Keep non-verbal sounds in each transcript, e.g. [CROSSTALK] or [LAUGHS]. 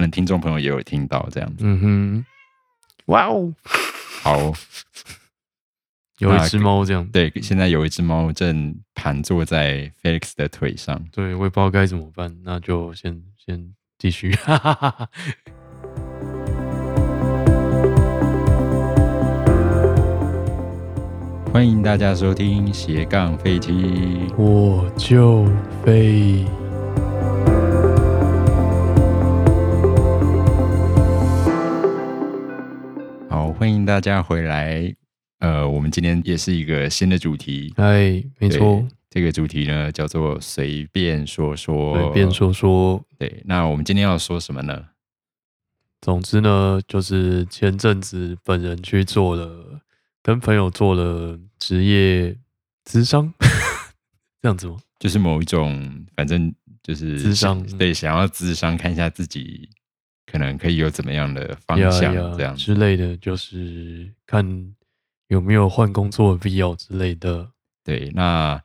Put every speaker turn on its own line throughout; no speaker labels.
能听众朋友也有听到这样子。
嗯哼，哇哦，
好，
[LAUGHS] 有一只猫这样，
对，现在有一只猫正盘坐在 Felix 的腿上。
对，我也不知道该怎么办，那就先先继
[LAUGHS]
续。
欢迎大家收听斜杠废机，
我就飞。
好，欢迎大家回来。呃，我们今天也是一个新的主题，
哎，没错
对，这个主题呢叫做“随便说说”。
随便。说说。
对，那我们今天要说什么呢？
总之呢，就是前阵子本人去做了，跟朋友做了职业咨商， [LAUGHS] 这样子吗？
就是某一种，反正就是
咨商
对，想要咨商，看一下自己可能可以有怎么样的方向，
呀呀
这样子。
之类的，就是看有没有换工作的必要之类的。
对，那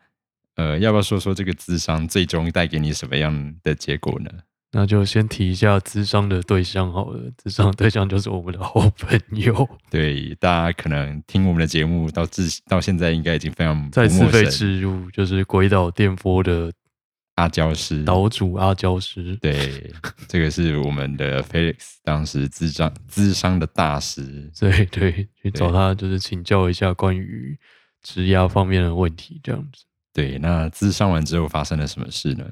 呃，要不要说说这个咨商最终带给你什么样的结果呢？
那就先提一下咨商的对象好了，咨商的对象就是我们的好朋友，
对，大家可能听我们的节目到至到现在，应该已经非常不
再次
陌
被
生。
置入，就是鬼岛电波的
阿娇师，
岛主阿娇师。
对，这个是我们的 Felix 当时智商智商的大师，
对对，去找
对
他就是请教一下关于职涯方面的问题，这样子。
对，那智商完之后发生了什么事呢？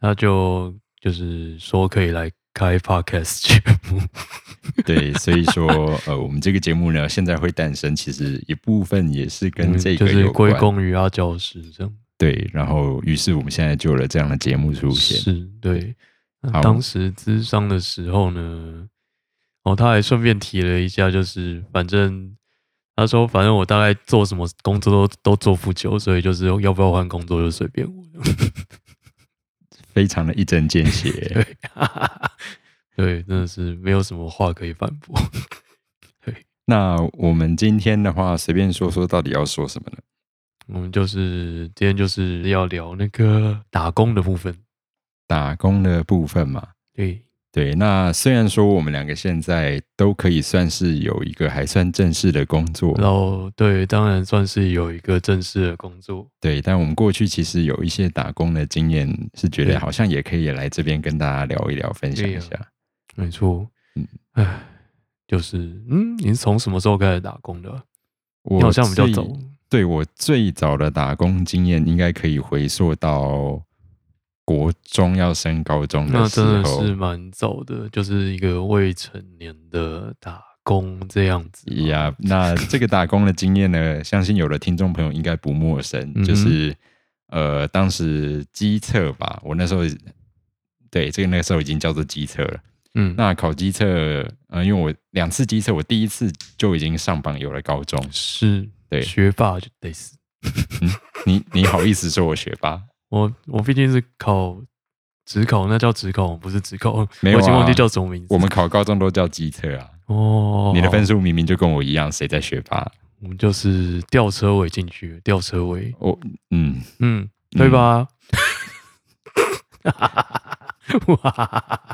他就就是说可以来开 podcast 节目，
对，所以说，呃，我们这个节目呢，现在会诞生，其实一部分也是跟
嗯
这
就
个
是
有
归
关。
功于阿娇师这样。
对，然后于是我们现在就有了这样的节目出现。
是，对。那
好
当时咨商的时候呢，哦，他还顺便提了一下，就是反正他说，反正我大概做什么工作都都做不久，所以就是要不要换工作就随便我。
非常的一针见血。
[LAUGHS] 对，对，真的是没有什么话可以反驳。
那我们今天的话，随便说说，到底要说什么呢？
我们就是今天就是要聊那个打工的部分。
打工的部分嘛。
对，
对，那虽然说我们两个现在都可以算是有一个还算正式的工作，
然后对，当然算是有一个正式的工作。
对，但我们过去其实有一些打工的经验，是觉
对
得好像也可以来这边跟大家聊一聊，分享
对
一
啊
下。
没错，嗯
嗯，
唉，就是嗯，你是从什么时候开始打工的啊？
我嗯
你好像比较
最
早，
对我最早的打工经验，应该可以回溯到国中要升高中
那
的时
真的
候
是蛮早的，就是一个未成年的打工这样子嘛。
呀。哦那这个打工的经验呢， [LAUGHS] 相信有的听众朋友应该不陌生，
嗯
就是呃，当时机测吧，我那时候对这个那个时候已经叫做机测了。
嗯，
那考机测，呃，因为我两次机测，我第一次就已经上榜有了高中。
是
对
学霸就得死。
你你好意思说我学
[LAUGHS]
霸？
我我毕竟是考职考，那叫职考，不是职考，
[LAUGHS] 没有
我已经忘记
啊
叫什么名字。
我们考高中都叫机测啊。
哦，
你的分
好，
数明明就跟我一样，谁在学霸？
我们就是吊车尾进去，吊车尾，
我嗯，
嗯，对
嗯
吧？哇，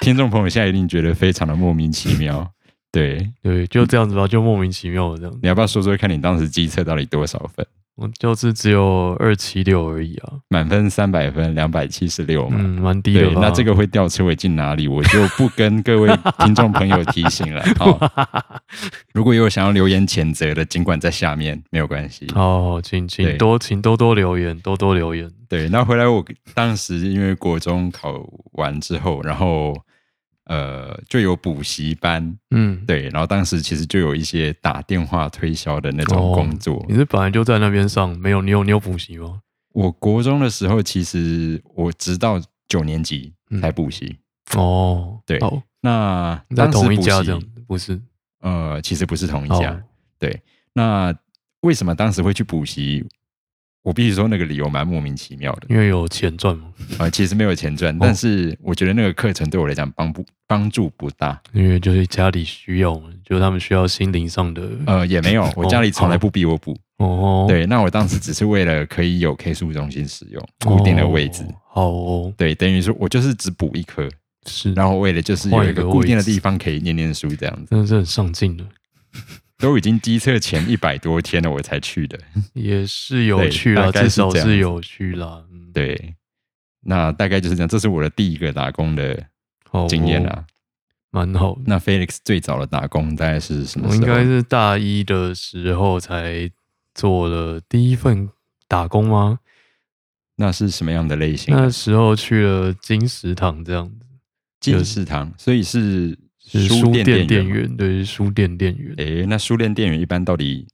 听众朋友现在一定觉得非常的莫名其妙。对，
对，就这样子吧，就莫名其妙的这样子。
你要不要说说看你当时机测到底多少分？
我就是只有二七六而已啊，
满分三百分，两百七十六嘛。
嗯，蛮低的
哦对，
吧。
那这个会掉车尾进哪里，我就不跟各位听众朋友提醒
[LAUGHS]
了。哦，如果有想要留言谴责的，尽管在下面，没有关系。
哦，请请
对
多请多多留言，多多留言。
对，那回来我当时因为国中考完之后，然后呃就有补习班，
嗯，，
对，然后当时其实就有一些打电话推销的那种工作。
哦你是本来就在那边上，没有你有你有补习吗？
我国中的时候，其实我直到九年级
嗯
才补习。
哦，
对
哦，
那
在
当时
同一
补
家
习
这样，不是？
呃，其实不是同一家。
哦，
那为什么当时会去补习？我必须说那个理由蛮莫名其妙的。
因为有钱赚嘛，
呃，其实没有钱
哦
赚，但是我觉得那个课程对我来讲帮不帮助不大。
因为就是家里需要嘛，就是他们需要心灵上的。
呃，也没有，我家里从来不逼我补。
嗯哦，
对，那我当时只是为了可以有 K 数中心使用固定的位置。
哦，好哦，
对，等于说我就是只补一科，
是，
然后为了就是有一个固定的地方可以念念书这样子，
真的是很上进的，
都已经机测前一百多天了我才去的。
也是有
对
趣
大
啦，
概
至
是这
少
样
是
子
有趣啦。嗯，
对，那大概就是这样，这是我的第一个打工的
好
经验啊啦、
哦，蛮好的。
那 Felix 最早的打工大概是什么
我
时候？啊
应该是大一的时候才做了第一份打工吗？
那是什么样的类型啊？
那时候去了金石堂这样子，
进食堂，所以是
是书
店
店店
员吗。
员，对，书店店员。
诶，那书店店员一般到底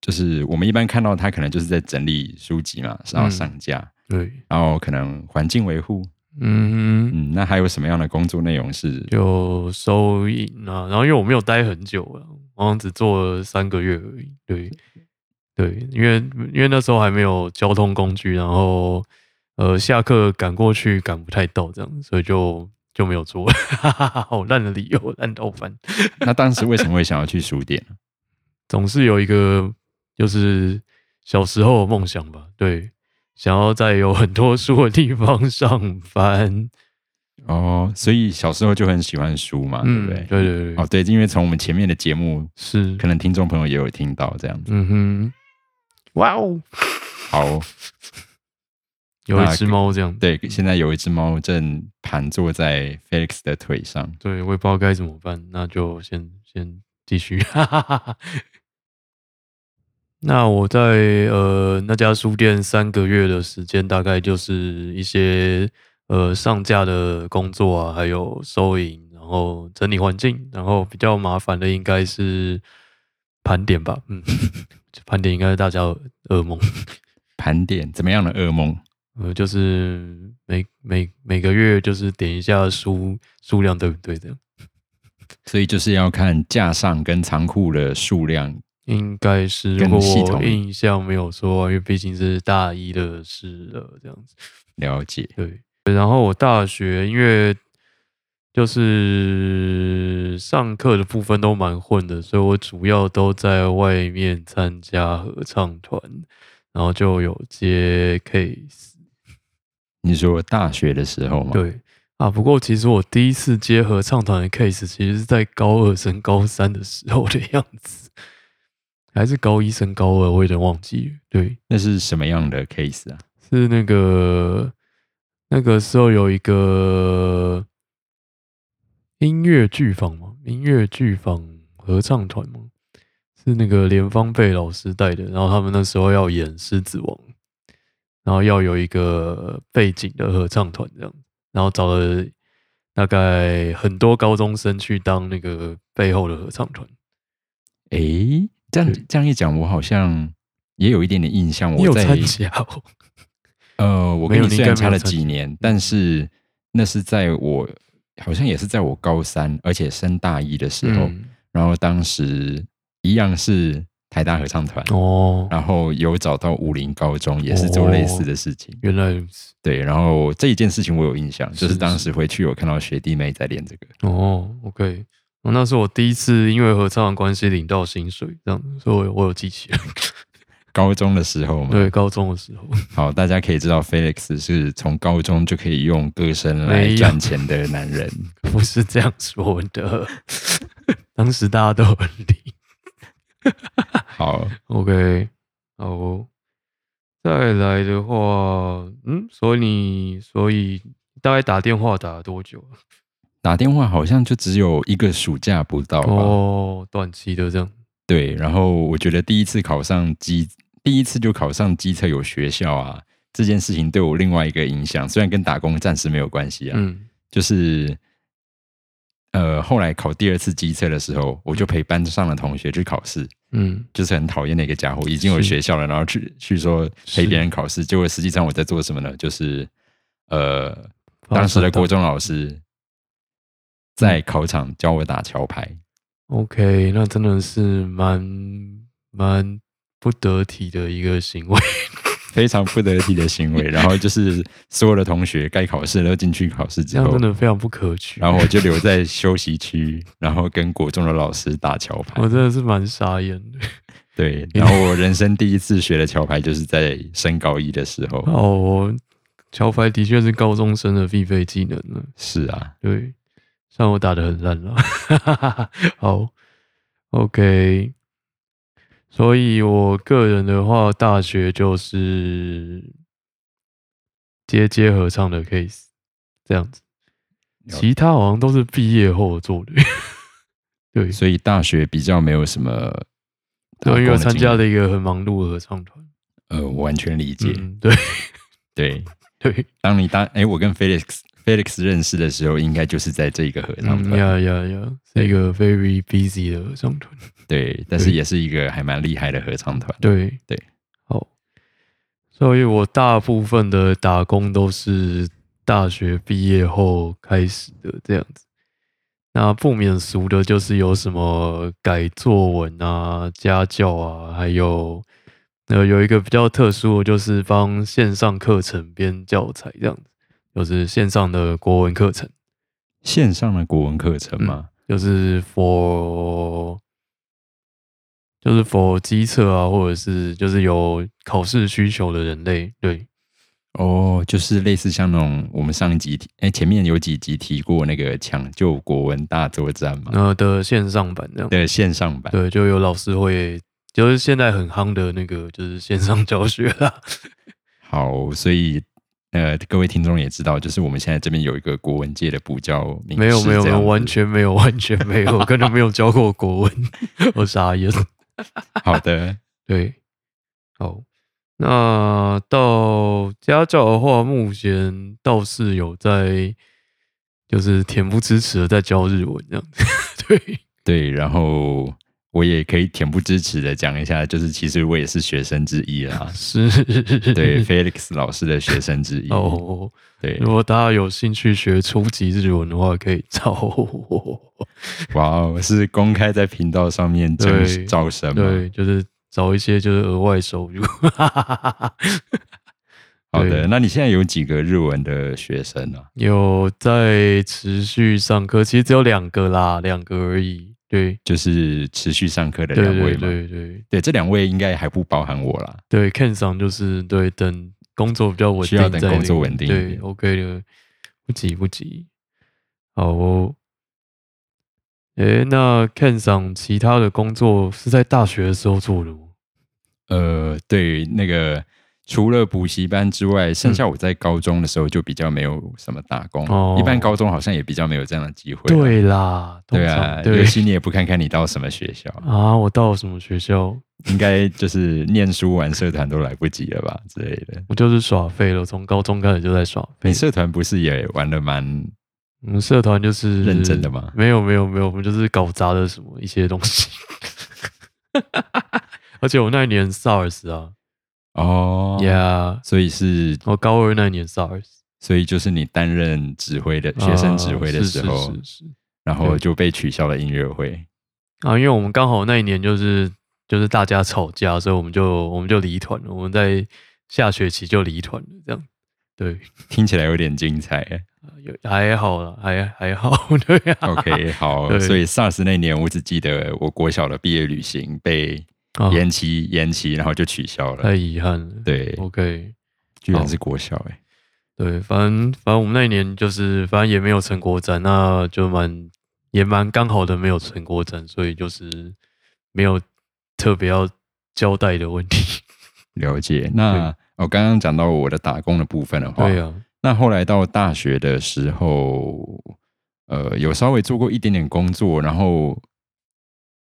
就是我们一般看到他可能就是在整理书籍嘛，
嗯
然后上架，
对，
然后可能环境维护。
嗯哼，
嗯，那还有什么样的工作内容是？
就收银啊。然后因为我没有待很久了，我好像只做了三个月而已。对，对，因为因为那时候还没有交通工具，然后呃下课赶过去赶不太到这样，所以就就没有做。 [LAUGHS] 好烂的理由，烂到翻。
那当时为什么会想要去书店？啊
[LAUGHS] 总是有一个就是小时候的梦想吧，对，想要在有很多书的地方上班，
哦，所以小时候就很喜欢书嘛，啊对
嗯，
不对？
对对对，
哦，对，因为从我们前面的节目，
是
可，能听众朋友也有听到这样子。
嗯哼，哇哦，
好，
有一只猫这样，
对，现在有一只猫正盘坐在 Felix 的腿上。
对，我也不知道该怎么办，那就先先继续， [LAUGHS] 哈哈哈哈。那我在呃那家书店三个月的时间，大概就是一些呃上架的工作啊，还有收银，然后整理环境，然后比较麻烦的应该是盘点吧，嗯， [LAUGHS] 盘点应该是大家的噩梦，
盘点怎么样的噩梦？
呃，就是每每每个月就是点一下书数量对不对这样。
所以就是要看架上跟仓库的数量。
应该是，如
跟
果
系
我
统
印象没有错，因为毕竟是大一的事了，这样子。
了解，
对，然后我大学因为就是上课的部分都蛮混的，所以我主要都在外面参加合唱团，然后就有接 case。
你说大学的时候嘛，，
对啊，不过其实我第一次接合唱团的 case，其实是在高二升高三的时候的样子，还是高一升高二，我有点忘记了。对。
那是什么样的 case 啊？
是那个那个时候有一个音乐剧坊吗？音乐剧坊合唱团吗？是那个连芳贝老师带的，然后他们那时候要演《狮子王》，然后要有一个背景的合唱团这样，然后找了大概很多高中生去当那个背后的合唱团。
诶，这样
对
这样一讲，我好像也有一点点印象。
你有
我在
参加、哦？
呃，我
没
跟
有
你
你
虽
应
然
该
差
没有
了
参
几年，但是那是在我好像也是在我高三，而且升大一的时候，
嗯
然后当时一样是台大合唱团，
哦，
然后有找到武林高中，也是做类似的事情。
原来如此。
对，然后这一件事情我有印象，就是是当
是
时回去有看到学弟妹在练这个。
哦，OK，哦那是我第一次因为合唱的关系领到薪水，这样，所以我有我有记起来。
高中的时候嘛，
对，高中的时候，
好，大家可以知道 Felix 是从高中就可以用歌声
没
来
有
赚钱的男人。
不是这样说的， [LAUGHS] 当时大家都很理。
好，
OK，好哦，再来的话，嗯，所以你，所以大概打电话打了多久啊？
打电话好像就只有一个暑假不到吧？
哦，短期的这样，
对，然后我觉得第一次考上机，第一次就考上机测有学校啊，这件事情对我另外一个影响，虽然跟打工暂时没有关系啊，
嗯，
就是呃后来考第二次机测的时候，我就陪班上的同学去考试，
嗯，
就是很讨厌那个家伙，已经有
是
学校了，然后去去说陪
是
别人考试，结果实际上我在做什么呢？就是呃
发
当时的
传单
国中老师在考场教我打桥牌。
OK，那真的是蛮蛮不得体的一个行为。
非常不得体的行
[LAUGHS]
为。然后就是所有的同学该考试都进去考试
这
之
样
后
真，的非常不可取。
然后我就留在休息区，然后跟国中的老师打桥牌
我。真的是蛮傻眼的。 [LAUGHS]
对，然后我人生第一次学的桥牌就是在升高一的时候。
哦，我桥牌的确是高中生的必备技能了。
是啊，
对，虽然我打的很烂了， [LAUGHS] 好，OK。所以我个人的话，大学就是接接合唱的 case 这样子，
了
其他好像都是毕业后做的。 [LAUGHS] 对，
所以大学比较没有什么打工的经验。
对，因为我参加了一个很忙碌的合唱团。
呃，我完全理解。
嗯，对 [LAUGHS]
对，
对，
当你当哎、我跟 Felix Felix 认识的时候，应该就是在这个合唱
嗯
团。
呀呀呀，是一个 very busy 的合唱团。
对，但是
对
也是一个还蛮厉害的合唱团。
对
对，
好，所以我大部分的打工都是大学毕业后开始的这样子。那不免俗的就是有什么改作文啊、家教啊，还有呃有一个比较特殊的就是帮线上课程编教材这样子，就是线上的国文课程，
线上的国文课程嘛，
就是 for 就是 for 机测啊，或者是就是有考试需求的人类，对，
哦，就是类似像那种我们上一集提哎、前面有几集提过那个抢救国文大作战嘛
呃的线上版这样，
的线上版。
对，就有老师会，就是现在很夯的那个，就是线上教学啦，
好，所以呃，各位听众也知道，就是我们现在这边有一个国文界的补教名师，
没有没有
这样
没有，
子
完全没有完全没有，我根本没有教过国文， [LAUGHS] 我傻眼。
好的。
对，好，那到家教的话，目前倒是有在，就是恬不知耻的在教日文这样子。 [LAUGHS] 对，，
对，然后我也可以恬不知耻的讲一下，就是其实我也是学生之一啦
[LAUGHS] 是，
啊对，Felix 老师的学生之一。
[LAUGHS] 哦，
对，
如果大家有兴趣学初级日文的话，可以
[LAUGHS]
找我。
哇哦，是公开在频道上面招
对
招生吗？
对，就是找一些就是额外收入。 [LAUGHS]
好的，
对
那你现在有几个日文的学生啊？
有在持续上课，其实只有两个啦，两个而已。对，
就是持续上课的
对
两位
对
嘛。
对对
对这两位应该还不包含我啦。
对，Ken 上就是对等工作比较稳定
需
再
要
那个，
等工作稳定一
对
点
，OK 的，不急不急。好哦。诶，那 Ken 上其他的工作是在大学的时候做的吗？
呃，对，那个除了补习班之外，剩下我在高中的时候就比较没有什么打工，
哦
一般高中好像也比较没有这样的机会啦。啊
对啦，通
对
常
啊，
对
尤其你也不看看你到什么学
[LAUGHS]
校，
啊，我到什么学校？
应该就是念书玩社团都来不及了吧之类的。
我就是耍废了，我从高中开始就在耍废
你。社团不是也玩的蛮
我们社团就是
认真的吗
没有没有没有，我们就是搞砸了什么一些东西。 [LAUGHS] 而且我那一年 SARS 啊、
哦
y e a h
所以是
我哦高二那一年 SARS，
所以就是你担任指挥的学生指挥的
啊
时候，
是是是是
然后
对
就被取消了音乐会。
啊，因为我们刚好那一年就是就是大家吵架，所以我们就我们就离团了，我们在下学期就离团了，这样对。
听起来有点精彩。
啊有还好啦，还还好， [LAUGHS] 对啊。 [LAUGHS]
OK，好，
对
所以 SARS 那年我只记得我国小的毕业旅行被
啊
延期、延期，然后就取消了。
太遗憾了。
对，
OK，
居然是国小哎、
对，反正反正我们那一年就是反正也没有成果展，那就蛮也蛮刚好的没有成果展，所以就是没有特别要交代的问题。 [LAUGHS]
了解。那我、哦、刚刚讲到我的打工的部分的话，
对啊，
那后来到大学的时候，呃，有稍微做过一点点工作，然后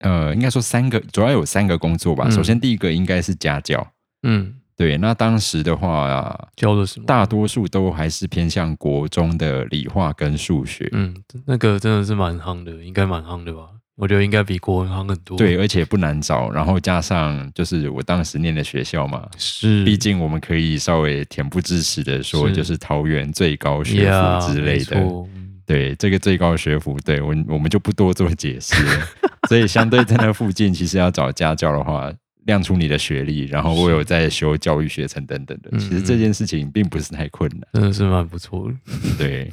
呃，应该说三个，主要有三个工作吧。
嗯
首先第一个应该是家教，
嗯，
对。那当时的话，
教了什么？
大多数都还是偏向国中的理化跟数学，
嗯，那个真的是蛮夯的，应该蛮夯的吧？我觉得应该比国文夯很多。
对，，而且不难找。然后加上就是我当时念的学校嘛。
是，
毕竟我们可以稍微恬不知耻的说，
是
就是桃园最高学府之类的。
呀没错嗯
对，这个最高学府，对我我们就不多做解释了。所以相对在那附近，其实要找家教的话，亮出你的学历，然后我有在修教育学程等等的，
嗯
其实这件事情并不是太困难。
真的是蛮不错
嗯
的。
对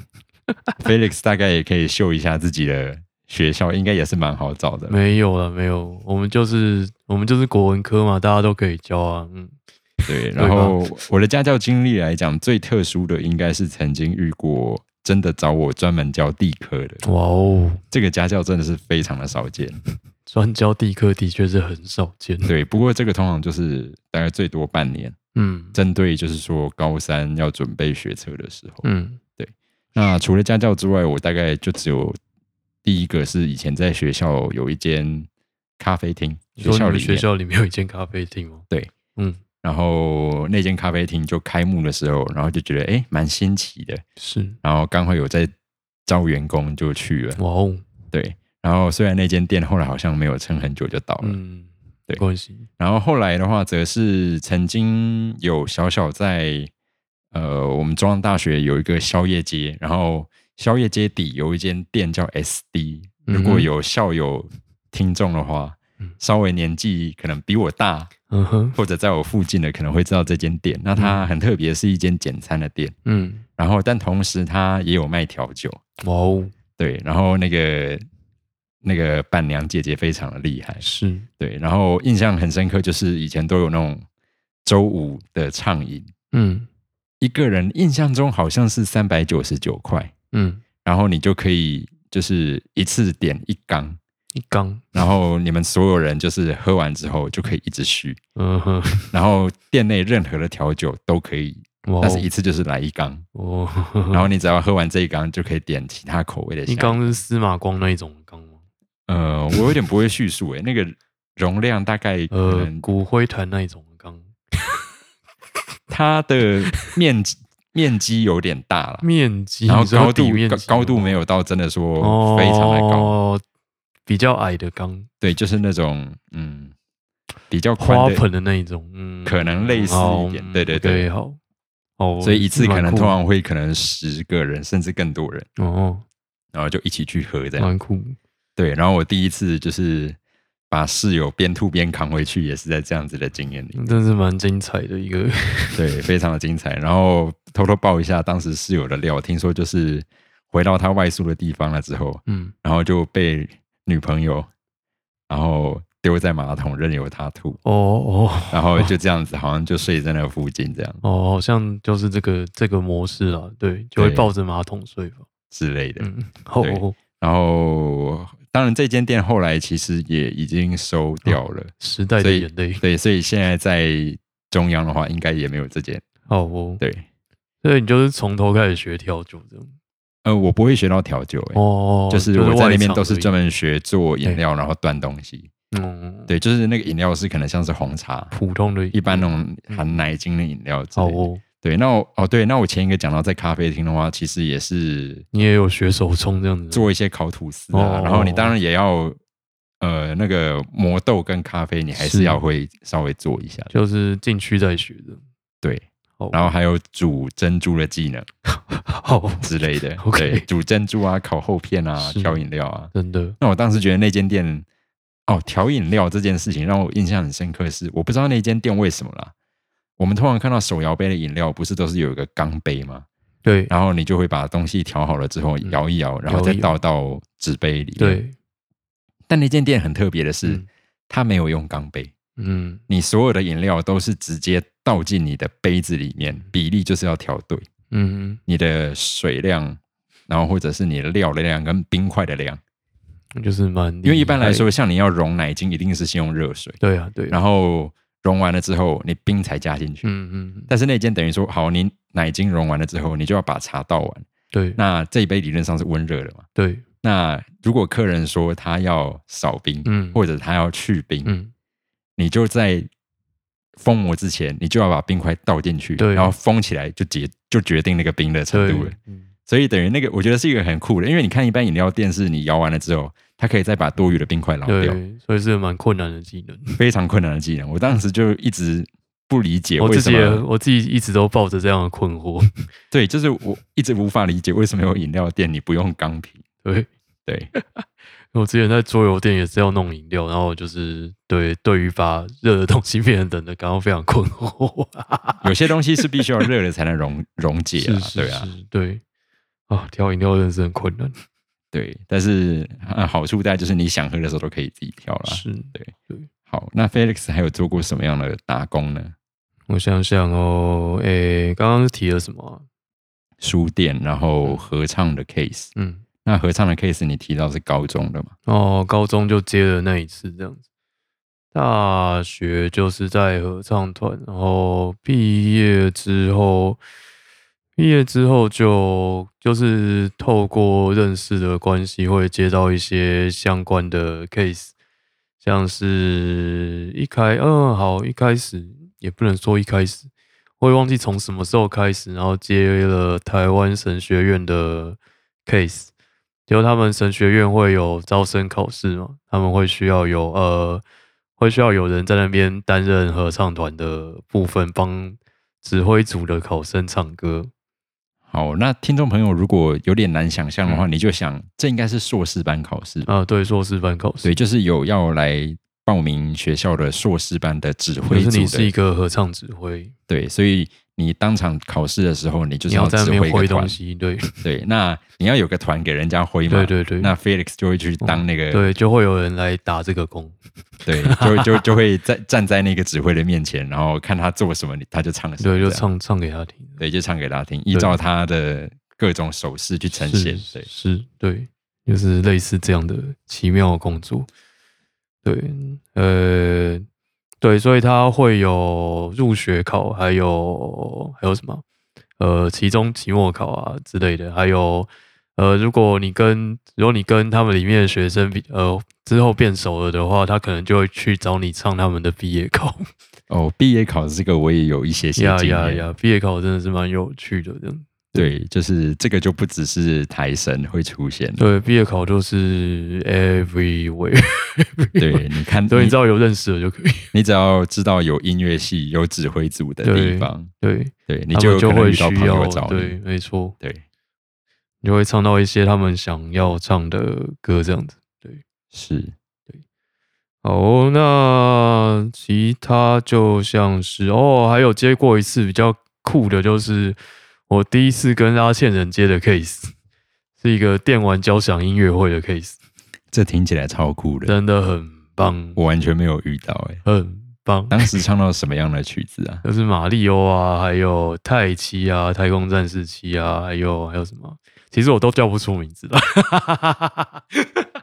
，Felix 大概也可以秀一下自己的学校，应该也是蛮好找的。
没有了，没有，我们就是我们就是国文科嘛，大家都可以教啊，嗯，
对，然后我的家教经历来讲，最特殊的应该是曾经遇过真的找我专门教地科的，
哇哦，
这个家教真的是非常的少见。
专教地科的确是很少见。
对，不过这个通常就是大概最多半年，
嗯
针对就是说高三要准备学车的时候。
嗯
那除了家教之外，我大概就只有第一个是以前在学校有一间咖啡厅，
你
学
说你
校
们
里
学
面，
校里面有一间咖啡厅吗？
对，
嗯，
然后那间咖啡厅就开幕的时候，然后就觉得诶蛮新奇的，
是，
然后刚好有在招员工就去了，
哇哦，
对。然后虽然那间店后来好像没有撑很久就倒了，
嗯，
对
没关系，
然后后来的话，则是曾经有小小在呃，我们中央大学有一个宵夜街，然后宵夜街底有一间店叫 SD。
嗯哼
如果有校友听众的话
嗯，
稍微年纪可能比我大，
嗯哼，
或者在我附近的，可能会知道这间店。那它很特别，是一间简餐的店，
嗯，
然后但同时它也有卖调酒，
哇哦，
对，然后那个。那个伴娘姐姐非常的厉害，
是，
对，然后印象很深刻，就是以前都有那种周五的畅饮，
嗯
一个人印象中好像是三百九十九块，
嗯，
然后你就可以就是一次点一缸，
一缸，
然后你们所有人就是喝完之后就可以一直续，
嗯哼，
然后店内任何的调酒都可以，
哇
但是
哦
一次就是来一缸，
哦，
然后你只要喝完这一缸就可以点其他口味的。
[LAUGHS] 一，缸是司马光那一种缸吗？
呃，我有点不会叙述诶、欸那个容量大概可
呃，
能
骨灰坛那一种缸，
它的面积面积有点大了。
面积，
然后
你知道
高
底
度
面
高
积
高度
吗
没有到真的说
哦，
非常的高，
比较矮的缸，
对，就是那种嗯比较
花
宽的，
盆的那一种，嗯，
可能类似一点
好嗯
对对对
OK，好，哦，
所以一次可能
蛮酷
通常会可能十个人甚至更多人，
哦，
然后就一起去喝这样。
蛮酷，
对，然后我第一次就是把室友边吐边扛回去，也是在这样子的经验里，
真是蛮精彩的一
[LAUGHS]
个，
对，非常的精彩。然后偷偷爆一下当时室友的料，听说就是回到他外宿的地方了之后，
嗯，
然后就被女朋友然后丢在马桶任由他吐。
哦哦
然后就这样子，好像就睡在那附近这样
哦，好像就是这个这个模式啦，对，就会
对
抱着马桶睡吧，
之类的。
嗯，好，
对
哦
然后，当然这间店后来其实也已经收掉
哦
了，
时代的
所以
眼泪，
对，所以现在在中央的话，应该也没有这间。
好哦，
对，
所以你就是从头开始学调酒这样，
呃，我不会学到调酒、欸，
哦，
就是我在那边都是专
门，
门学做饮料，然后端东西。
嗯，
对，就是那个饮料是可能像是红茶，
普通的，
一般那种含奶精的饮料之
好
类的。
嗯哦，
对，那我哦对，那我前一个讲到在咖啡厅的话，其实也是
你也有学手冲这样子，
做一些烤吐司啊，
哦
然后你当然也要呃那个磨豆跟咖啡，你还是
是
要会稍微做一下的。
就是进去再学
[LAUGHS]
的，
对，
好，
然后还有煮珍珠的技能
好，。
之类的
OK [LAUGHS]
对，煮珍珠啊，烤厚片啊，
是
调饮料啊。
真的，
那我当时觉得那间店哦，调饮料这件事情让我印象很深刻是，我不知道那间店为什么啦。我们通常看到手摇杯的饮料，不是都是有一个钢杯吗？
对
然后你就会把东西调好了之后
嗯
摇一摇，然后
摇
再
一
倒
摇
到纸杯里。，
对，
但那间店很特别的是，
嗯
它没有用钢杯，
嗯
你所有的饮料都是直接倒进你的杯子里面，比例就是要调对。
嗯，
你的水量，然后或者是你的料的量跟冰块的量，
就是蛮，
因为一般来，说，像你要溶奶精，一定是先用热水，
对啊，对啊，
然后溶完了之后，你冰才加进去。
嗯嗯，嗯
但是那间等于说，好，你奶精溶完了之后，你就要把茶倒完。
对
那这一杯理论上是温热的嘛？
对，
那如果客人说他要少冰，
嗯
或者他要去冰，
嗯，
你就在封膜之前，你就要把冰块倒进去，
对
然后封起来就决就决定那个冰的程度了
对。，嗯
所以等于那个，我觉得是一个很酷的，因为你看一般饮料店是你摇完了之后，它可以再把多余的冰块捞掉，
对，所以是蛮困难的技能。
非常困难的技能。我当时就一直不理解
我
为
哦自
什
己也
么，
我自己一直都抱着这样的困惑， [LAUGHS]
对，就是我一直无法理解为什么有饮料店你不用钢瓶。
对。 [LAUGHS]
对，
我之前在桌游店也是要弄饮料，然后就是对对于把热的东西变成冷的感到非常困惑。啊
[LAUGHS] 有些东西是必须要热了才能溶溶解啊，
是是
对啊，
是，对啊，调饮料真的是很困难。
对。但是、啊、好处大概就是你想喝的时候都可以自己挑啦。
是，
好，那 Felix 还有做过什么样的打工呢？
我想想哦，诶，刚刚是提了什么啊、
书店，然后合唱的 case。
嗯，
那合唱的 case 你提到是高中的嘛？
哦，高中就接了那一次这样子，大学就是在合唱团，然后毕业之后，毕业之后就就是透过认识的关系，会接到一些相关的 case，像是一开，嗯，好，一开始也不能说一开始，我也忘记从什么时候开始，然后接了台湾神学院的 case，就他们神学院会有招生考试嘛，他们会需要有呃，会需要有人在那边担任合唱团的部分，帮指挥组的考生唱歌。
好，那听众朋友如果有点难想象的话，
嗯
你就想这应该是硕士班考试吧，
啊，对，硕士班考
所以
试，
就是有要来报名学校的硕士班的指挥
就是
组
你是一
的，
个合唱指挥，
对，所以你当场考试的时候，你就是
你要在
指
那
挥一
边
个
挥
团
东，西，对， [LAUGHS]
对，那你要有个团给人家挥嘛，
对对对，
那 Felix 就会去当那个，
对，就会有人来打这个工。
啊对，就就就会在站在那个指挥的面前，然后看他做什么，你他就唱什么，
对，就
这样，
唱唱给他听，
对，就唱给他听，依照他的各种手势去呈现，
是
对，
是，对，就是类似这样的奇妙的工作，对，呃，对，所以他会有入学考，还有还有什么，呃，期中、期末考啊之类的，还有呃，如果你跟如果你跟他们里面的学生比，呃，之后变熟了的话，他可能就会去找你唱他们的毕业
[LAUGHS]
考。
哦，毕业考这个我也有一些些
呀
经
呀
验，
呀！毕业考真的是蛮有趣的，这样。
对，就是这个就不只是台神会出现，
对，毕业考就是 everywhere， [LAUGHS]
对，你看，
所以
嗯
你
你
知道有认识的就可以。 [LAUGHS]
你只要知道有音乐系、有指挥组的地
对
方，
对，
对，你
他
就
们
有
就
可能
会
遇到
需
朋
要
友找
对，
你。
没错，
对，
你就会唱到一些他们想要唱的歌这样子。
是
哦，那其他就像是哦，还有接过一次比较酷的，就是我第一次跟拉线人接的 case，是 [LAUGHS] 一个电玩交响音乐会的 case，
这听起来超酷的，
真的很棒，
我完全没有遇到哎、欸
很棒。
当时唱到什么样的曲子啊？
就是马里欧啊，还有太七啊，太空战士七啊，还有还有什么？其实我都叫不出名字了。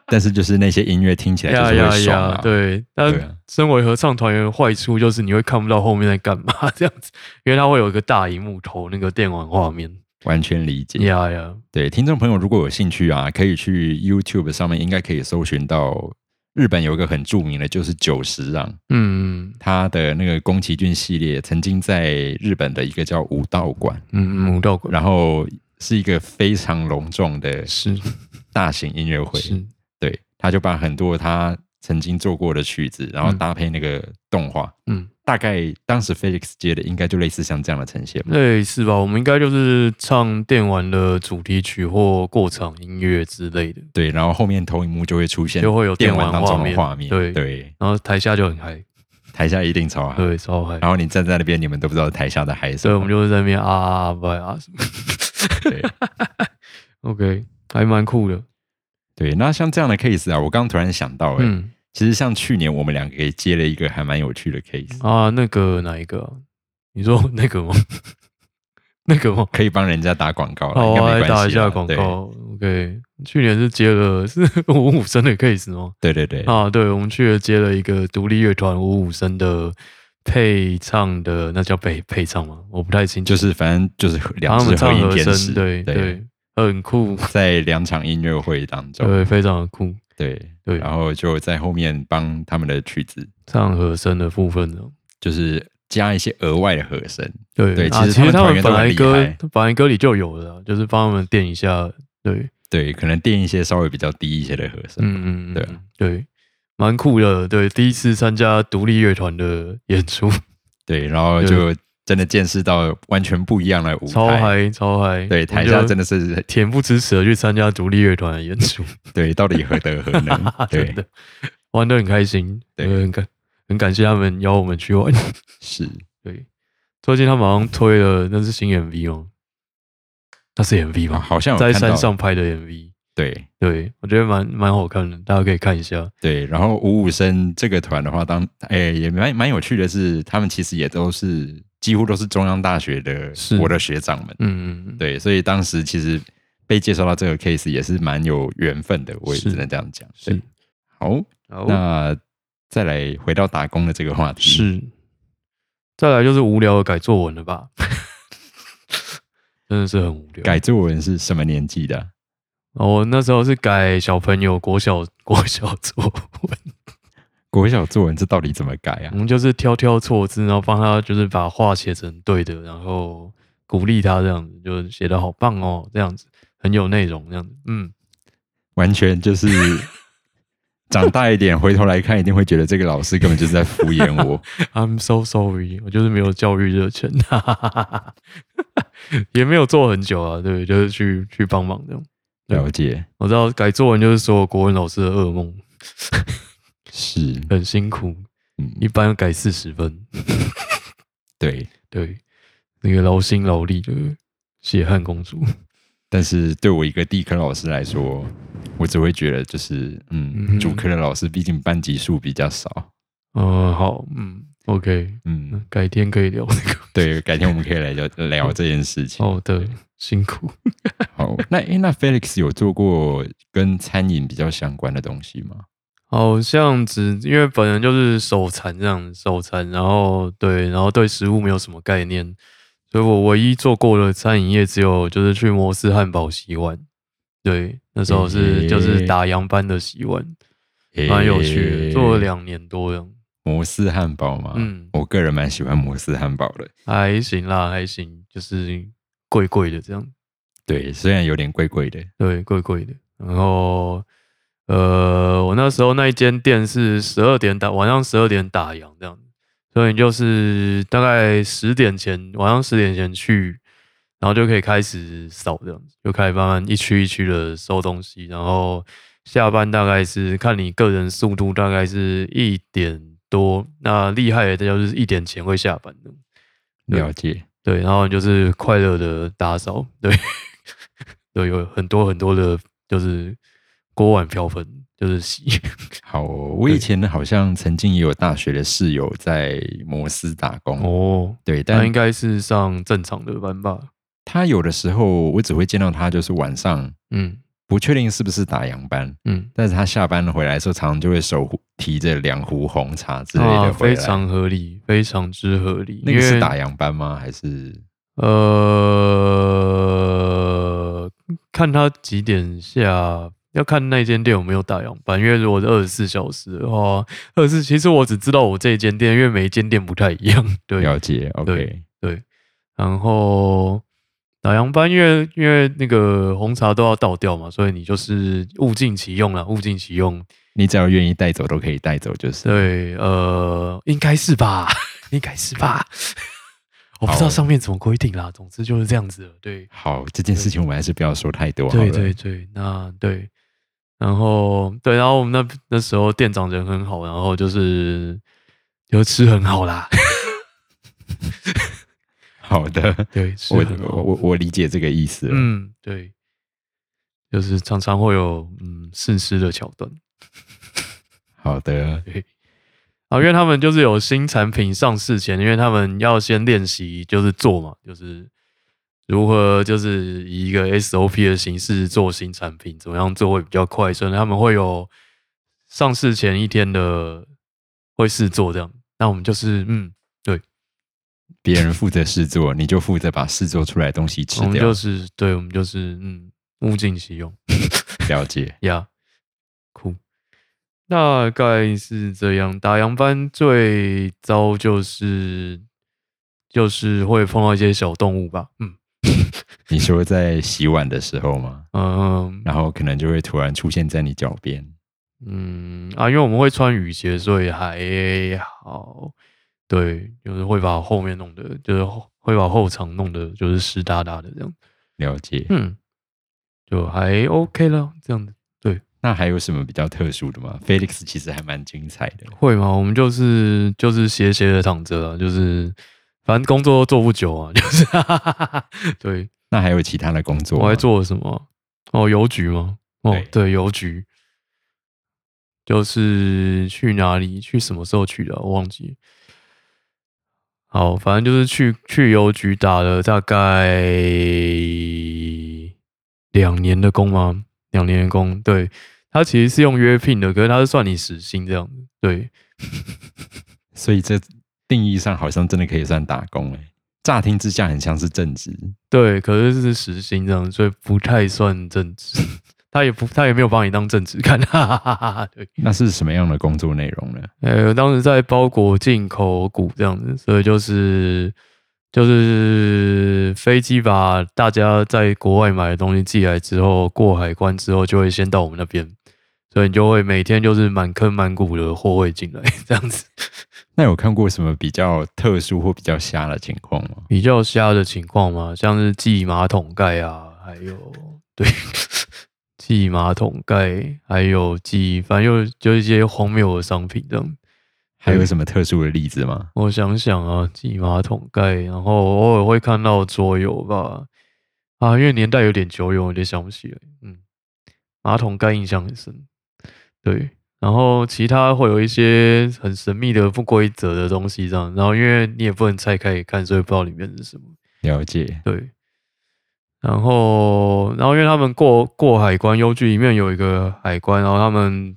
但是就是那些音乐听起来就是会爽啊。
对。
对啊
但身为合唱团员，坏处就是你会看不到后面在干嘛这样子，因为它会有一个大荧幕投那个电玩画面。
完全理解。
呀呀，
对，听众朋友如果有兴趣啊，可以去 YouTube 上面应该可以搜寻到日本有一个很著名的，就是久石让，
嗯
他的那个宫崎骏系列曾经在日本的一个叫武道馆，
嗯嗯，武道馆
然后是一个非常隆重的
是
大型音乐会，
是，
对，他就把很多他曾经做过的曲子，然后
嗯
搭配那个动画，
嗯，
大概当时 Felix 接的应该就类似像这样的呈现吧。
类似吧？我们应该就是唱电玩的主题曲或过场音乐之类的，
对，然后后面投影幕就会出现
就会有
电
电玩
当中
画
的
面
画面，
对然后台下就很嗨，
台下一定超嗨。
对，超嗨。
然后你站在那边，你们都不知道台下的嗨是什
所以我
么
们。就是在那边啊啊啊不啊什么
对
，OK，还蛮酷的。
对，那像这样的 case 啊，我刚突然想到、欸，
嗯
其实像去年我们两个也接了一个还蛮有趣的 case，、
啊，那个哪一个啊、你说 [LAUGHS] 那个吗？那个吗？
可以帮人家打广告了，
好，
哦应
我
该
哦来
没关系啦。
打一下广告。OK，去年是接了是 [LAUGHS] 五五声的 case 吗？
对。对对对，
啊，对，我们去了接了一个独立乐团五五声的配唱的，那叫配配唱吗？我不太清楚，
就是反正就是两
他
只
们
合
唱
影
和
天
声，
使，
对对，很酷，
啊在两场音乐会当中，
对，非常的酷，
对
对
然后就在后面帮他们的曲子，
唱和声的部分呢。
就是加一些额外的和声，
对
对
啊
其实
其
他们
他
团
们
员
本
都很
来
厉
歌
害
本来歌里就有的啊，就是帮他们垫一下。对，
对，可能垫一些稍微比较低一些的和声，
嗯嗯，
对啊
嗯对，蛮酷的。对，第一次参加独立乐团的演出，
对，然后就真的见识到完全不一样的舞
超
台，
嗨超嗨。
对，
我
台下
就
真的是 [LAUGHS]
恬不知耻的去参加独立乐团的演出，？
对，到底何德何能
[LAUGHS] 真
对，
的玩的很开心，
对
对，很感很感谢他们邀我们去
[LAUGHS]
玩。
是
对，最近他们好像推了那是新 MV 哦，那是 MV
啊
吗？
好像有
在
看到
山上拍的 MV。
对
对，我觉得蛮蛮好看的，大家可以看一下。
对，然后五五声这个团的话，当哎也蛮蛮有趣的是，他们其实也都是几乎都是中央大学的
是
我的学长们。
嗯嗯，嗯，
对，所以当时其实被介绍到这个 case 也是蛮有缘分的，我也
是
只能这样讲。对
是，
好，
好
那再来回到打工的这个话题，
是，再来就是无聊的改作文了吧， [LAUGHS] 真的是很无聊。
改作文是什么年纪的啊？
哦，我那时候是改小朋友国小 [LAUGHS] 国小作文，
国小作文这到底怎么改啊
我？们就是挑挑错字，然后帮他就是把话写成对的，然后鼓励他这样子，就写的好棒哦，这样子很有内容，这样子，嗯，
完全就是
[LAUGHS]
长大一点回头来看，一定会觉得这个老师根本就是在敷衍我。
I'm so sorry，我就是没有教育热忱， [LAUGHS] 哈哈哈哈哈，也没有做很久啊，对，就是去去帮忙这样。 [LAUGHS] 对
了解，
我知道改作文就是所有国文老师的噩梦，
是，
很辛苦，
嗯，
一般要改四十分， [LAUGHS]
对。
对，那个劳心劳力的血汗公 [LAUGHS] 主，
但是对我一个地科老师来说，我只会觉得就是，
嗯
嗯，
哼
主科的老师毕竟班级数比较少，
嗯、好，嗯，OK，
嗯，
嗯改天可以聊这个，
对，改天我们可以来聊聊这件事情。
[LAUGHS] 好的，辛苦。
好，那诶那 Felix 有做过跟餐饮比较相关的东西吗？
好像只因为本人就是手残这样，手残，然后对，然后对食物没有什么概念，所以我唯一做过的餐饮业只有就是去摩斯汉堡洗碗，对，那时候是就是
诶
打烊班的洗碗，蛮有趣的，
诶
做了两年多这样，
摩斯汉堡吗？
嗯
我个人蛮喜欢摩斯汉堡的。
还行啦，还行，就是贵贵的这样，
对，虽然有点贵贵的，
对，贵贵的。然后，呃，我那时候那一间店是十二点打，晚上十二点打烊这样，所以你就是大概十点前，晚上十点前去，然后就可以开始扫这样子，就开始慢慢一区一区的收东西，然后下班大概是看你个人速度，大概是一点多，那厉害的就是一点前会下班的。对
了解。
对，然后你就是快乐的打扫，对， [LAUGHS] 对，有很多很多的，就是锅碗瓢盆，就是洗，
好哦、我以前好像曾经也有大学的室友在摩斯打工，
哦，
对，
[LAUGHS] 那
但
应该是上正常的班吧，
他有的时候我只会见到他，就是晚上
嗯
不确定是不是打烊班，
嗯，
但是他下班回来的时候，常常就会手提着两壶红茶之类
啊，
的回
非
来。
常合理，非常之合理，
那个
因
是
为
打烊班吗？还是
呃，看他几点下，要看那间店有没有打烊班。因为如果是二十四小时的话，二十四其实我只知道我这一间店，因为每一间店不太一样。对，
了解？OK，
然后打烊班，因为因为那个红茶都要倒掉嘛，所以你就是物尽其用啦，物尽其用。
你只要愿意带走都可以带走，就是。
对，呃，应该是吧， [LAUGHS] 应该是吧。我不知道
好哦
上面怎么规定啦，总之就是这样子了。对，
好，这件事情我们还是不要说太多好了。
对对对，那对，然后对，然后我们那那时候店长人很好，然后就是就吃很好啦，
好的，
对，吃
我
很
我
好，
我我理解这个意思了。
嗯，对，就是常常会有嗯徇私的桥段
好的，
[LAUGHS] 啊，因为他们就是有新产品上市前，因为他们要先练习就是做嘛，就是。如何就是以一个 SOP 的形式做新产品，怎么样做会比较快？所以他们会有上市前一天的会试做这样。那我们就是嗯，
别人负责试做，你就负责把试做出来的东西吃
我们
掉
就。是对，我们就是嗯，物尽其用
了解。
呀。酷，大概是这样。打烊班最糟就是就是会碰到一些小动物吧，嗯
你说在洗碗的时候吗？
嗯
然后可能就会突然出现在你脚边。
嗯啊，因为我们会穿雨鞋，所以还好。对，就是会把后面弄得，就是后会把后场弄得就是湿哒哒的这样。
了解。
嗯，就还 OK 了，这样子
那还有什么比较特殊的吗？Felix 其实还蛮精彩的。
会吗？我们就是就是斜斜的躺着啊，就是反正工作都做不久啊，就是 [LAUGHS] 对
那还有其他的工作？
我还。做了什么？哦，邮局吗？哦
对，
对，邮局，就是去哪里？去什么时候去的啊、我忘记。好，反正就是去去邮局打了大概两年的工吗？两年的工，对，他其实是用约聘的，可是他是算你时薪这样子，对，
所以这定义上好像真的可以算打工哎、乍听之下很像是正职，
对，可是是时薪这样，所以不太算正职。 [LAUGHS] 他也不，他也没有把你当正职看， [LAUGHS] 哈哈哈哈哈。对，
那是什么样的工作内容呢？
呃，当时在包裹进口股这样子，所以就是就是飞机把大家在国外买的东西寄来之后，过海关之后就会先到我们那边，所以你就会每天就是满坑满谷的货会进来 [LAUGHS] 这样子。
那有看过什么比较特殊或比较瞎的情况吗？
比较瞎的情况嘛，像是寄马桶盖啊，还有
[LAUGHS]
对 [LAUGHS] 寄马桶盖，还有寄反正就就一些荒谬的商品这样。
还有什么特殊的例子吗？
我想想啊，寄马桶盖，然后偶尔会看到桌游吧，啊，因为年代有点久远，我有点想不起来。嗯，马桶盖印象很深，对。然后其他会有一些很神秘的不规则的东西，这样。然后因为你也不能拆开看，所以不知道里面是什么。
了解，
对。然后，然后因为他们过过海关，邮局里面有一个海关，然后他们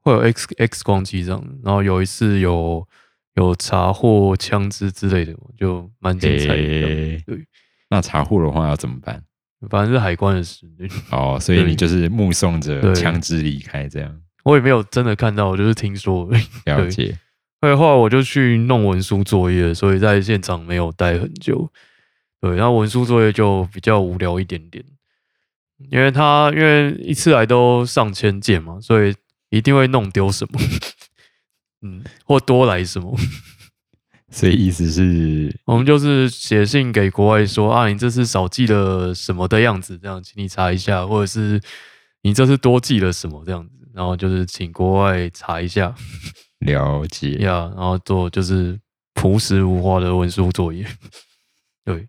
会有 X X 光机这样。然后有一次有有查获枪支之类的，就蛮精彩的这样。
诶
对，
那查获的话要怎么办？
反正是海关的事，
哦，所以
对
你就是目送着
对
枪支离开，这样
[LAUGHS] 我也没有真的看到，我就是听说而已。
了解。
对，后来我就去弄文书作业，所以在现场没有待很久。对，然后文书作业就比较无聊一点点，因为他因为一次来都上千件嘛，所以一定会弄丢什么， [LAUGHS] 嗯，或多来什么。
所以意思是，
我们就是写信给国外说啊，你这次少寄了什么的样子，这样，请你查一下，或者是你这次多寄了什么这样子，然后就是请国外查一下。
了解，
呀然后做就是朴实无华的文书作业。 [LAUGHS] 对，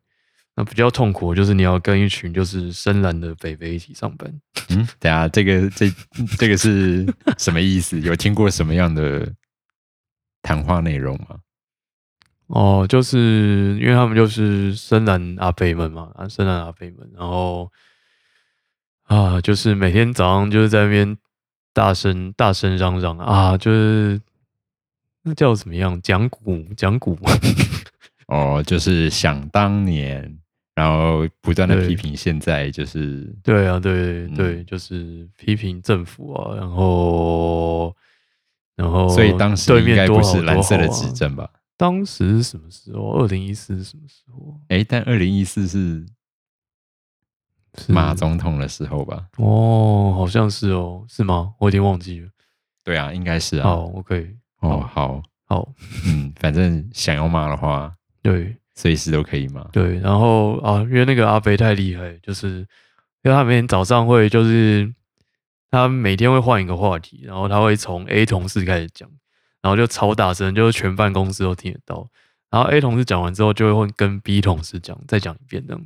那比较痛苦的就是你要跟一群就是深蓝的北北一起上班。
嗯，等一下这个这这个
[LAUGHS]
是什么意思？有听过什么样的谈话内容吗？
哦，就是因为他们就是深蓝阿北们嘛，啊，深蓝阿北们，然后啊，就是每天早上就是在那边大声大声嚷嚷啊，就是那叫怎么样讲古讲古嘛。
哦，就是想当年，然后不断的
对
批评现在，就是
对啊，对
嗯
对，就是批评政府啊，然后然后，
所以当时
哦对
应
面
该
多
不
好
是蓝
多
色的
好啊
执。政吧？
当时是什么时候？二零一四是什么时候？
诶，但二零一四是
是
马总统的时候吧？
哦，好像是哦，是吗？我有点忘记了。
对啊，应该是啊。
好，OK，
哦，
好
好，
好，
嗯，反正想要骂的话，
对
随时都可以骂。
对，然后啊，因为那个阿肥太厉害，就是因为他每天早上会就是他每天会换一个话题，然后他会从 A 同事开始讲，然后就超大声，就是全办公室都听得到。然后 A 同事讲完之后，就会跟 B 同事讲，再讲一遍这样，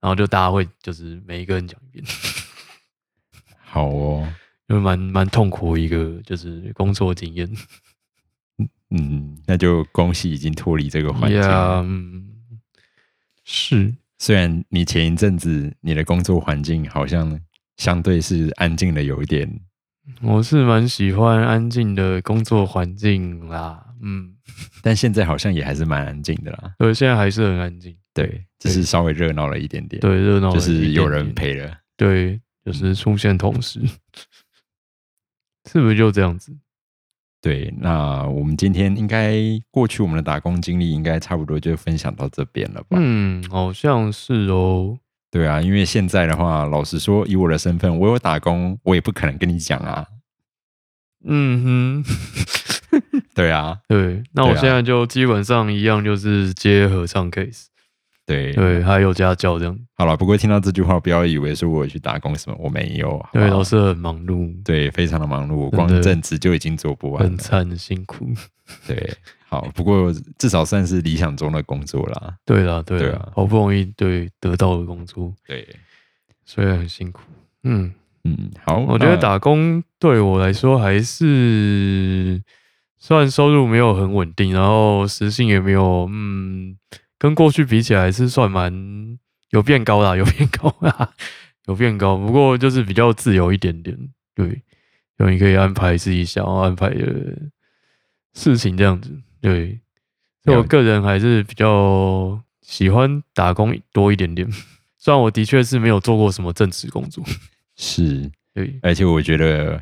然后就大家会就是每一个人讲一遍， [LAUGHS]
好哦，
就蛮蛮痛苦的一个就是工作经验。
嗯，那就恭喜已经脱离这个环境了。
呀，嗯，是，
虽然你前一阵子你的工作环境好像相对是安静的有一点，
我是蛮喜欢安静的工作环境啦，嗯。
但现在好像也还是蛮安静的啦。
对，现在还是很安静，
对，只是稍微热闹了一点点。，
对，热闹
就
了一点点，
是有人陪嗯了。
对，就是出现同事， [LAUGHS] 是不是就这样子？
对，那我们今天应该过去我们的打工经历应该差不多就分享到这边了吧？
嗯，好像是哦，
对啊，因为现在的话，老实说，以我的身份，我有打工，我也不可能跟你讲啊。
嗯哼， [LAUGHS]
对啊，
对，那
对
我
啊
现在就基本上一样，就是接合唱 case，
对，
对，还有家教这样，
好了。不过听到这句话，不要以为说我有去打工什么，我没有。好不
对，
好
老师很忙碌，
对，非常的忙碌，我光
真的
正职就已经做不完
很
了。
惨，很辛苦， [LAUGHS]
对，好，不过至少算是理想中的工作啦。
对啦，对
对
啦
啊，
好不容易对得到的工作，
对，
虽然很辛苦，嗯。
嗯，好，
我觉得
那
打工对我来说还是虽然收入没有很稳定，然后时薪也没有，嗯，跟过去比起来是算蛮有变高啦，有变高啦， [LAUGHS] 有变高。不过就是比较自由一点点，对，就你可以安排自己想要啊安排的事情这样子，对。所以
了
我
解
个人还是比较喜欢打工多一点点， [LAUGHS] 虽然我的确是没有做过什么正职工作，
是，
对。
而且我觉得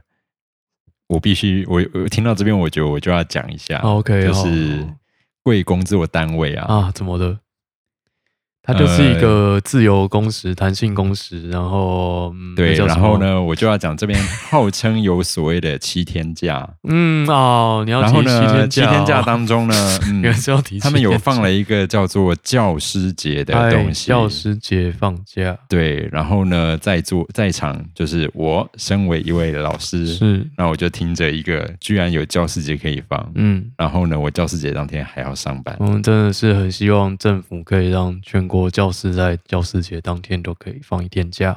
我必须，我我听到这边，我觉得我就要讲一下，
哦 OK，
就是
好
贵工作单位啊，呃
啊，怎么的？它就是一个自由工时、弹性工时，然后、嗯、
对，
那叫
然
什么
后？呢，我就要讲这边号称有所谓的七天假，
嗯哦，你要
然
提
后
七
呢，
天
七
假哦、
天假当中呢，
[LAUGHS] 原来
嗯，
是要提七天假，
他们有放了一个叫做教师节的
哎
东西，
教师节放假
对，然后呢，在座在场就是我身为一位老师，
是
那我就听着一个居然有教师节可以放，
嗯，哦
然后呢，我教师节当天还要上班，
我们真的是很希望政府可以让全国教师在教师节当天都可以放一天假。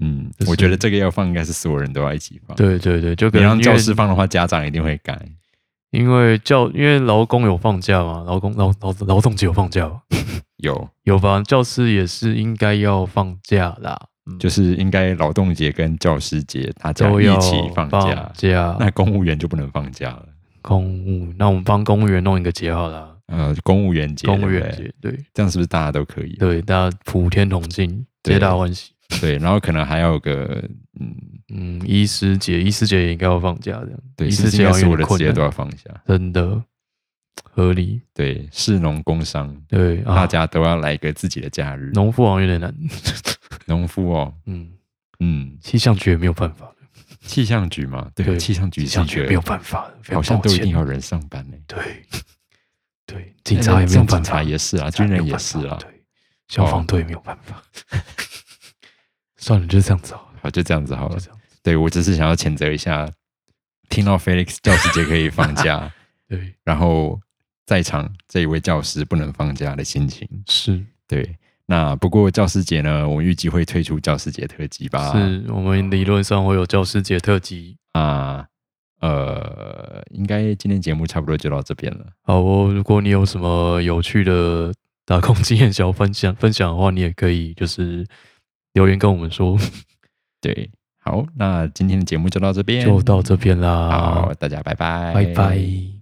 嗯
就，是
我觉得这个要放，应该是所有人都要一起放。，
对对对，就
你
跟
让教
因为
师放的话，家长一定会改。
因为教因为劳工有放假嘛，劳工劳劳劳动节有放假嘛。
有，
有吧？教师也是应该要放假啦，嗯
就是应该劳动节跟教师节大家
都
一
要
起放假，
假
那公务员就不能放假了。
公务，那我们帮公务员弄一个节好啦，
呃，公务员节，
公务
对
员
不对
节，对
这样是不是大家都可以？
对，大家普天同庆，
对
皆大欢喜。
对，然后可能还有个，嗯，
嗯，医师节，医师节也应该要放假，这样
对，
医
是
师
不是
节
应该
好像
所
有
有的
点
职
困
业都
难，
要放假。
真的合理。
对，士农工商，
对
大
啊，
家都要来一个自己的假日。
农夫好像有点难，
农夫哦，
嗯，
嗯，
气象局也没有办法，
气象局嘛，对，
对
气象
气
局
象
是
局也
觉
没有
得
办法，非常
好像
抱
都一
歉
定要有人上班呢。 [LAUGHS] 哎
对对，警察也没有
像
办
警
法
察，也是啊，
自然
军
没有
人也
办
是哦
法
啊。
对，消防队没有办法。 [LAUGHS] 算了，就这样子好了，
好，就这样子好了
就。这样子。
对我只是想要谴责一下，听到 Felix 教师节可以放 [LAUGHS] 假，
对，
然后在场这一位教师不能放假的心情。
是
对，那不过教师节呢，我们预计会推出教师节特辑吧？
是，我们理论上会有教师节特辑。
啊，呃，应该今天节目差不多就到这边了。
好哦，如果你有什么有趣的打工经验想要分享分享的话，你也可以就是留言跟我们说。
对，好，那今天的节目就到这边，
就到这边啦，
好，大家拜拜，
拜拜。